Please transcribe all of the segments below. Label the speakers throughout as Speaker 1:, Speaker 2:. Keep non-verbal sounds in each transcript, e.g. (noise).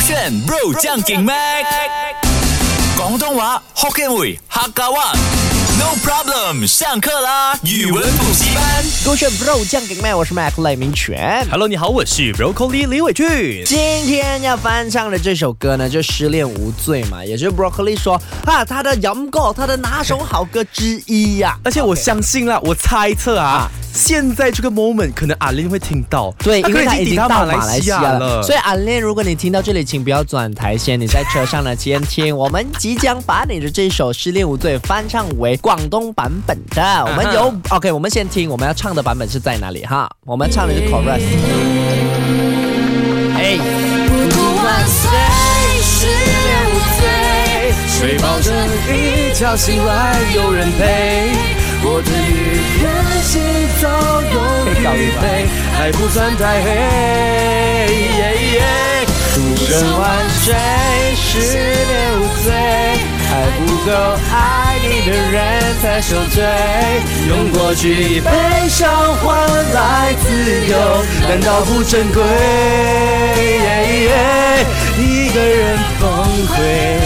Speaker 1: 选 bro 将劲 mac，广东话 Hokkien 语客家话。No problem，上课啦！语文补习班。
Speaker 2: 勾选 Bro 酱给麦，我是 Mac 赖明全。
Speaker 3: Hello，你好，我是 Broccoli 李伟俊。
Speaker 2: 今天要翻唱的这首歌呢，就《失恋无罪》嘛，也就是 Broccoli 说啊，他的 y u m g o 他的拿手好歌之一呀、
Speaker 3: 而且我相信啦，我猜测啊，现在这个 moment 可能阿林会听到，
Speaker 2: 对，
Speaker 3: 可
Speaker 2: 因为他已
Speaker 3: 抵
Speaker 2: 经
Speaker 3: 达
Speaker 2: 到
Speaker 3: 马
Speaker 2: 马来西
Speaker 3: 亚
Speaker 2: 亚了，所
Speaker 3: 以
Speaker 2: 以阿恋，如果你听到这里，请不要转台先，你在车上呢，先听。我们即将把你的这首《失恋无罪》翻唱为广东版本的。我们有 OK，我们先听我们要唱的版本是在哪里哈？我们唱的是 chorus。哎，
Speaker 4: 不万岁，失恋无罪，谁保证一觉醒来有人陪？我对于人心早有
Speaker 2: 可以搞一
Speaker 4: 预
Speaker 2: 把
Speaker 4: 备，还不算太黑。独身万岁，失恋无罪，还不够爱你的人才受罪。用过去悲伤换来自由，难道不珍贵？一个人崩溃，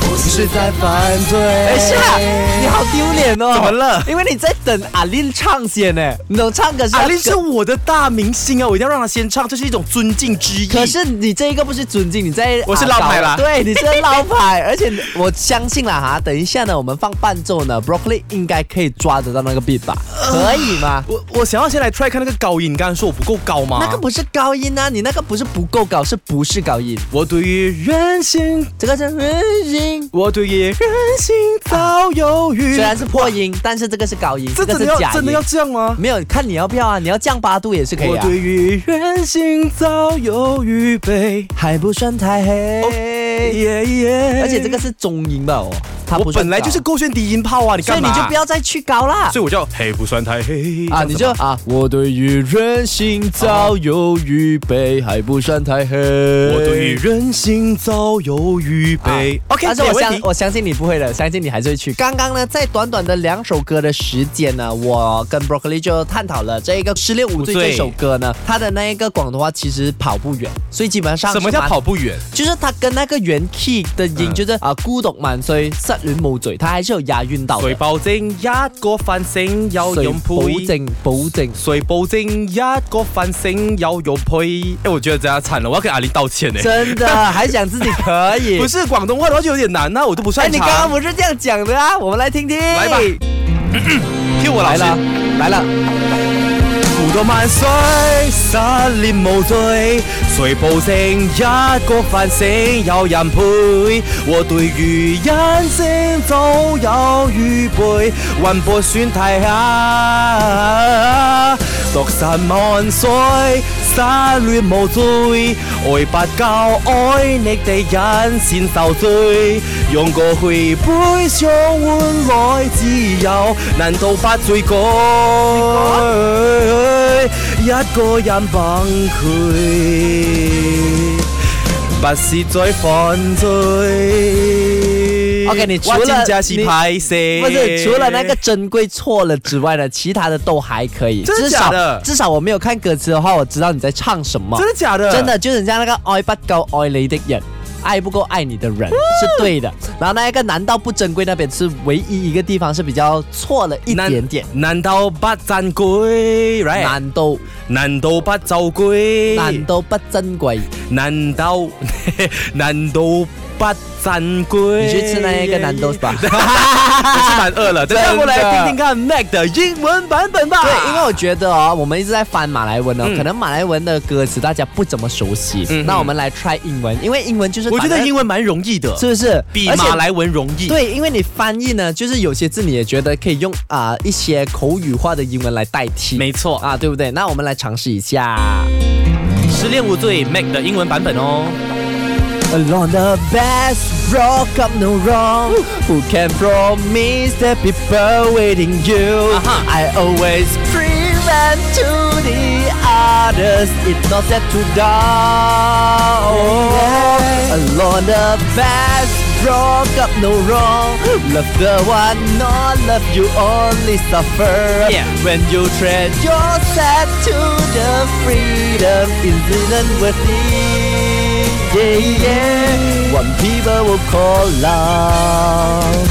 Speaker 4: 不是在反对。
Speaker 2: 等一下，哎啊你好丢脸哦！
Speaker 3: 怎么了
Speaker 2: 因为你在等阿恋唱先呢，你懂唱歌是啊要
Speaker 3: 阿林是我的大明星啊，我一定要让他先唱，这是一种尊敬之意。
Speaker 2: 可是你这一个不是尊敬，你在啊
Speaker 3: 我是捞牌啦
Speaker 2: 对，你是捞牌，而且我相信啦哈，等一下呢，我们放伴奏呢，Broccoli 应该可以抓得到那个 beat 吧？
Speaker 3: 呃
Speaker 2: 可以吗？
Speaker 3: 我我想要先来 try 看那个高音，你刚刚说我不够高吗？
Speaker 2: 那个不是高音啊，你那个不是不够高，是不是高音？
Speaker 3: 我对于人心，
Speaker 2: 这个是嗯音，
Speaker 3: 我对于人心早有预。
Speaker 2: 虽然是破音，但是这个是高音，
Speaker 3: 这
Speaker 2: 个
Speaker 3: 真
Speaker 2: 是
Speaker 3: 的要
Speaker 2: 假
Speaker 3: 真的
Speaker 2: 音
Speaker 3: 要。这样吗？
Speaker 2: 没有，看你要不要啊？你要降八度也是可以
Speaker 3: 我
Speaker 2: 啊。
Speaker 3: 对于人心早有预备。
Speaker 2: 还不算太
Speaker 3: 哦
Speaker 2: 黑。
Speaker 3: 耶耶！
Speaker 2: 哦 (laughs) 而且这个是中音吧？哦，它不
Speaker 3: 我
Speaker 2: 算
Speaker 3: 本来
Speaker 2: 高
Speaker 3: 就是，勾选低音炮啊，你
Speaker 2: 所以
Speaker 3: 干嘛？
Speaker 2: 你就不要再去高啦。
Speaker 3: 所以我就黑不算太黑
Speaker 2: 啊，你就啊，我对于人心早有预备，还不算太黑。我
Speaker 3: 我对于人心早有预备。OK，
Speaker 2: 啊但是
Speaker 3: 没
Speaker 2: 我
Speaker 3: 问
Speaker 2: 相
Speaker 3: 题
Speaker 2: 我相信你不会的，相信你还是会去。刚刚呢，在短短的两首歌的时间呢，我跟 Broccoli 就探讨了这个《失恋无罪》
Speaker 3: 无罪
Speaker 2: 这首歌呢，它的那一个广东话其实跑不远，所以基本上
Speaker 3: 什么叫
Speaker 2: 是蛮
Speaker 3: 跑不远？
Speaker 2: 就是它跟那个原 key 的音，
Speaker 3: 嗯
Speaker 2: 就是啊孤獨萬歲、失戀無罪，它還是有押韻到
Speaker 3: 睡
Speaker 2: 的。
Speaker 3: 爆精一個反省有
Speaker 2: 所以
Speaker 3: 用
Speaker 2: 保
Speaker 3: 配。
Speaker 2: 證保證，
Speaker 3: 睡爆精一個反省有用配。哎，我觉得这样惨了，我要跟阿林道歉呢。
Speaker 2: 真的还想自己可以
Speaker 3: (laughs) 不。是广东话的话就有点难啊呐，我都不
Speaker 2: 哎，
Speaker 3: 擅
Speaker 2: 你
Speaker 3: 长。
Speaker 2: 刚刚不是这样讲的啊？我们来听听。
Speaker 3: 来吧听我老
Speaker 2: 来
Speaker 3: 师。
Speaker 2: 了，来了。
Speaker 3: 葡萄萬歲，失戀無罪，誰報正一個反省有人陪，我對於人性早有預備，還不算太下。獨身萬歲，失戀無罪，愛不夠愛你的人先受罪，用過去杯上換來自由，難道不罪過？一個人崩潰，不是在犯罪。
Speaker 2: OK，你除了
Speaker 3: 我真正是
Speaker 2: 你
Speaker 3: 拍摄，
Speaker 2: 不是，除了那个珍贵错了之外呢，其他的都还可以。
Speaker 3: 真的
Speaker 2: 至
Speaker 3: 假
Speaker 2: 少
Speaker 3: 的
Speaker 2: 至少我没有看歌词的话，我知道你在唱什么
Speaker 3: 真。的假的？
Speaker 2: 真的就是人家那个爱不够爱你的人，爱不够爱你的人是对的。然后那一个难道不珍贵那边是唯一一个地方是比较错了一
Speaker 3: 難
Speaker 2: 点点。
Speaker 3: 難道不珍貴？Right？
Speaker 2: 难道
Speaker 3: 難道不就貴？
Speaker 2: 难道不珍贵？
Speaker 3: 難道 (laughs) 難道不珍貴？
Speaker 2: 你去吃那一个难道是吧？
Speaker 3: (laughs) 我是蛮饿了，
Speaker 2: 的
Speaker 3: 让我来听听看 Mac 的英文版本吧。
Speaker 2: 对，因为我觉得哦，我们一直在翻马来文哦，
Speaker 3: 嗯
Speaker 2: 可能马来文的歌词大家不怎么熟悉。
Speaker 3: 嗯
Speaker 2: 那我们来 try 英文，因为英文就是
Speaker 3: 我觉
Speaker 2: 反
Speaker 3: 得
Speaker 2: 正
Speaker 3: 英文蛮容易的，
Speaker 2: 是不是
Speaker 3: 比
Speaker 2: 而且
Speaker 3: 马来文容易。
Speaker 2: 对，因为你翻译呢，就是有些字你也觉得可以用啊、一些口语化的英文来代替，
Speaker 3: 没错啊，
Speaker 2: 啊，对不对？那我们来尝试一下。
Speaker 3: 《失恋无罪》Mac 的英文版本哦。
Speaker 2: Along the best broke up no wrong. Who can promise the people waiting you?
Speaker 3: Uh-huh.
Speaker 2: I always present to the others. It's not set to die. Along the best wrong, got no wrong. Love the one, not love you only suffer.
Speaker 4: Yeah.
Speaker 2: When you tread yourself to the freedom, incident with me. Yeah, yeah. One people will call love.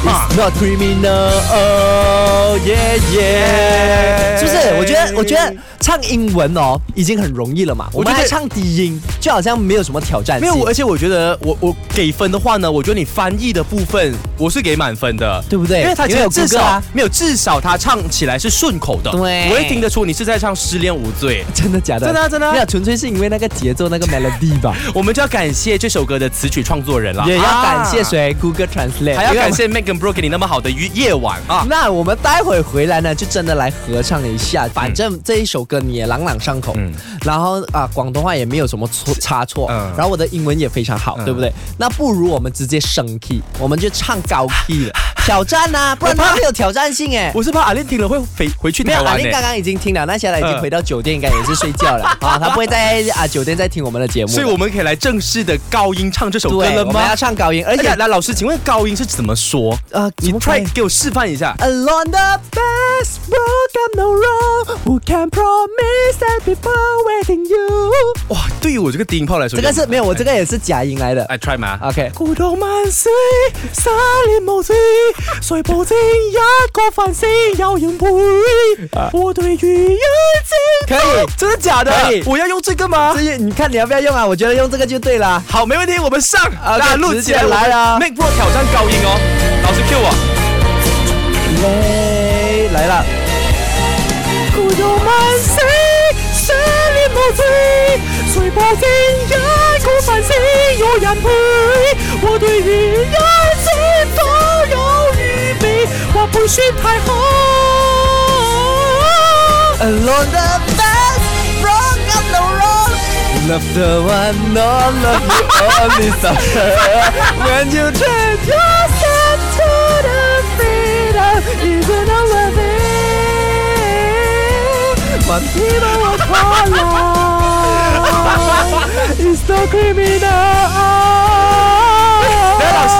Speaker 2: It's not criminal, oh, yeah, yeah. 是不是？我觉得，我觉得唱英文哦，已经很容易了嘛。我
Speaker 3: 我
Speaker 2: 们
Speaker 3: 觉得
Speaker 2: 还唱低音，就好像没有什么挑战
Speaker 3: 没
Speaker 2: 性。
Speaker 3: 有，我而且我觉得我我给分的话呢，我觉得你翻译的部分我是给满分的，
Speaker 2: 对不对
Speaker 3: 因为他
Speaker 2: 因为有
Speaker 3: 至
Speaker 2: 谷歌
Speaker 3: 少、
Speaker 2: 啊
Speaker 3: 没有，至少他唱起来是顺口的，
Speaker 2: 对
Speaker 3: 我会听得出你是在唱《失恋无罪》。
Speaker 2: 真的假的？
Speaker 3: 真的啊真的啊
Speaker 2: 没有，纯粹是因为那个节奏、那个 melody 吧。
Speaker 3: 我们就要感谢这首歌的词曲创作人啦，
Speaker 2: (laughs) 也要
Speaker 3: 啊
Speaker 2: 感谢谁、g o o g l e Translate，
Speaker 3: 还要
Speaker 2: 因为我
Speaker 3: 感
Speaker 2: 们
Speaker 3: 谢 Megan Bro 给你那么好的夜夜晚啊。
Speaker 2: 那我们待会回来呢，就真的来合唱一下。反正这一首歌你也朗朗上口，
Speaker 3: 嗯
Speaker 2: 然后啊，广东话也没有什么错差错，
Speaker 3: 嗯
Speaker 2: 然后我的英文也非常好，对不对？那不如我们直接升 key，我们就唱高 key
Speaker 3: (laughs)
Speaker 2: 了，挑战呐、不然它没有挑战性哎。
Speaker 3: 我是怕阿练听了会回回去
Speaker 2: 没
Speaker 3: 台
Speaker 2: 有，阿
Speaker 3: 湾
Speaker 2: 令
Speaker 3: 呢、
Speaker 2: 刚刚已经听了，那现在已经
Speaker 3: 嗯
Speaker 2: 回到酒店，应该也是睡觉了啊，他不会在啊酒店再听我们的节
Speaker 3: (laughs)
Speaker 2: 目了。
Speaker 3: 所以我们可以来正式的高音唱这首歌
Speaker 2: 对，
Speaker 3: 了
Speaker 2: 我们
Speaker 3: 吗
Speaker 2: 要？唱高音，而
Speaker 3: 而
Speaker 2: 且
Speaker 3: 且来老师，请问高音是怎么说？
Speaker 2: 啊，
Speaker 3: 你
Speaker 2: 怎么
Speaker 3: try
Speaker 2: 办
Speaker 3: 给我示范一下。
Speaker 2: Along the best road, got no wrong. Who can promise that people waiting you？
Speaker 3: 哇，对于我这个低音炮来说，
Speaker 2: 这个是没有，我这个也是假音来的。
Speaker 3: 哎 try 嘛。
Speaker 2: OK，
Speaker 3: 古道萬水，山連無止，誰保證一個繁星有人陪？我對魚一
Speaker 2: 可以，
Speaker 3: 啊真的假的
Speaker 2: 可以
Speaker 3: 呃我要用这个吗
Speaker 2: 这？些你看你要不要用啊？我觉得用这个就对了。
Speaker 3: 好，没问题，我们上，那录
Speaker 2: 直
Speaker 3: 起
Speaker 2: 接
Speaker 3: 来我们
Speaker 2: 来啊
Speaker 3: ！Make Bro 挑战高音哦，老师 Q 我。
Speaker 2: 嘞，来了。
Speaker 3: 古道萬水，山連無止，誰保證一個繁星有人陪？我對魚一直都有預備，或盤算太好。
Speaker 2: Along the best road, got no wrong. Love the one, no love you only suffer when you turn yourself to the freedom, even on the day. But people will call on. It's the criminal.
Speaker 3: 梁老师，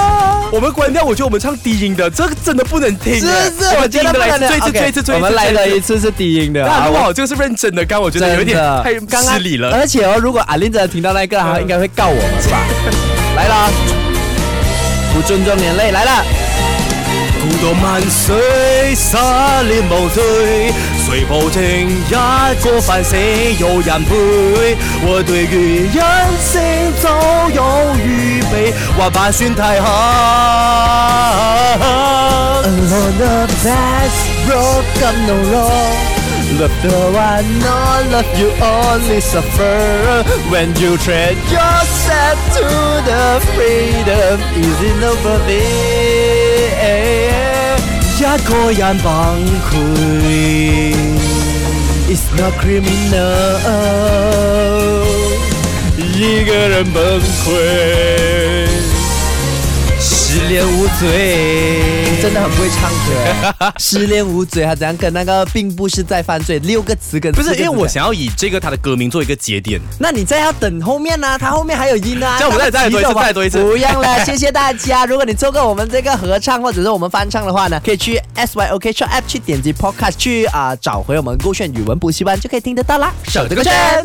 Speaker 3: 我们关掉，我觉得我们唱低音的，这个真的不能听。
Speaker 2: 是是，
Speaker 3: 哎
Speaker 2: 我
Speaker 3: 们低
Speaker 2: 觉
Speaker 3: 音
Speaker 2: 得不
Speaker 3: 的来
Speaker 2: 能的
Speaker 3: 一次，最一次，
Speaker 2: OK，
Speaker 3: 最一次，最一
Speaker 2: 我们
Speaker 3: 次。
Speaker 2: 来了
Speaker 3: 最
Speaker 2: 一
Speaker 3: 次。
Speaker 2: 次是低音的
Speaker 3: 那
Speaker 2: 啊，
Speaker 3: 好不
Speaker 2: 我
Speaker 3: 好？这个是认真的，刚刚我觉得有一
Speaker 2: 真
Speaker 3: 点
Speaker 2: 的
Speaker 3: 太
Speaker 2: 刚刚
Speaker 3: 失礼了。
Speaker 2: 而且哦，如果阿林真的听到那个，他应该会告我们吧？来了啊，不尊重人类来了，
Speaker 3: 古道萬水，山連無罪，誰保證一個繁星有人陪？我對於人生早有預備，或把算太好。
Speaker 2: Alone the best, broke up no wrong. Love the one, no love you only suffer when you tread yourself to the freedom. Is it over there?
Speaker 3: 一個人崩潰。
Speaker 2: It's not criminal.
Speaker 3: 一个人崩溃，失恋无罪。
Speaker 2: 真的很不会唱歌
Speaker 3: (laughs)
Speaker 2: 欸，失恋无罪，他怎样跟那个并不是在犯罪六个词根
Speaker 3: 不是，
Speaker 2: 四个
Speaker 3: 因
Speaker 2: 字
Speaker 3: 为我
Speaker 2: 根，
Speaker 3: 想要以这个他的歌名做一个节点。
Speaker 2: 那你再要等后面呢、他后面还有音啊。
Speaker 3: 这样我们再
Speaker 2: 那么急着
Speaker 3: 再来多一次
Speaker 2: 吧
Speaker 3: 再来多一次
Speaker 2: 不用
Speaker 3: (laughs)
Speaker 2: 了，谢谢大家。如果你错过我们这个合唱或者是我们翻唱的话呢，可以去 S Y O K Show App 去点击 Podcast 去啊、找回我们勾选语文补习班就可以听得到啦。手这个圈。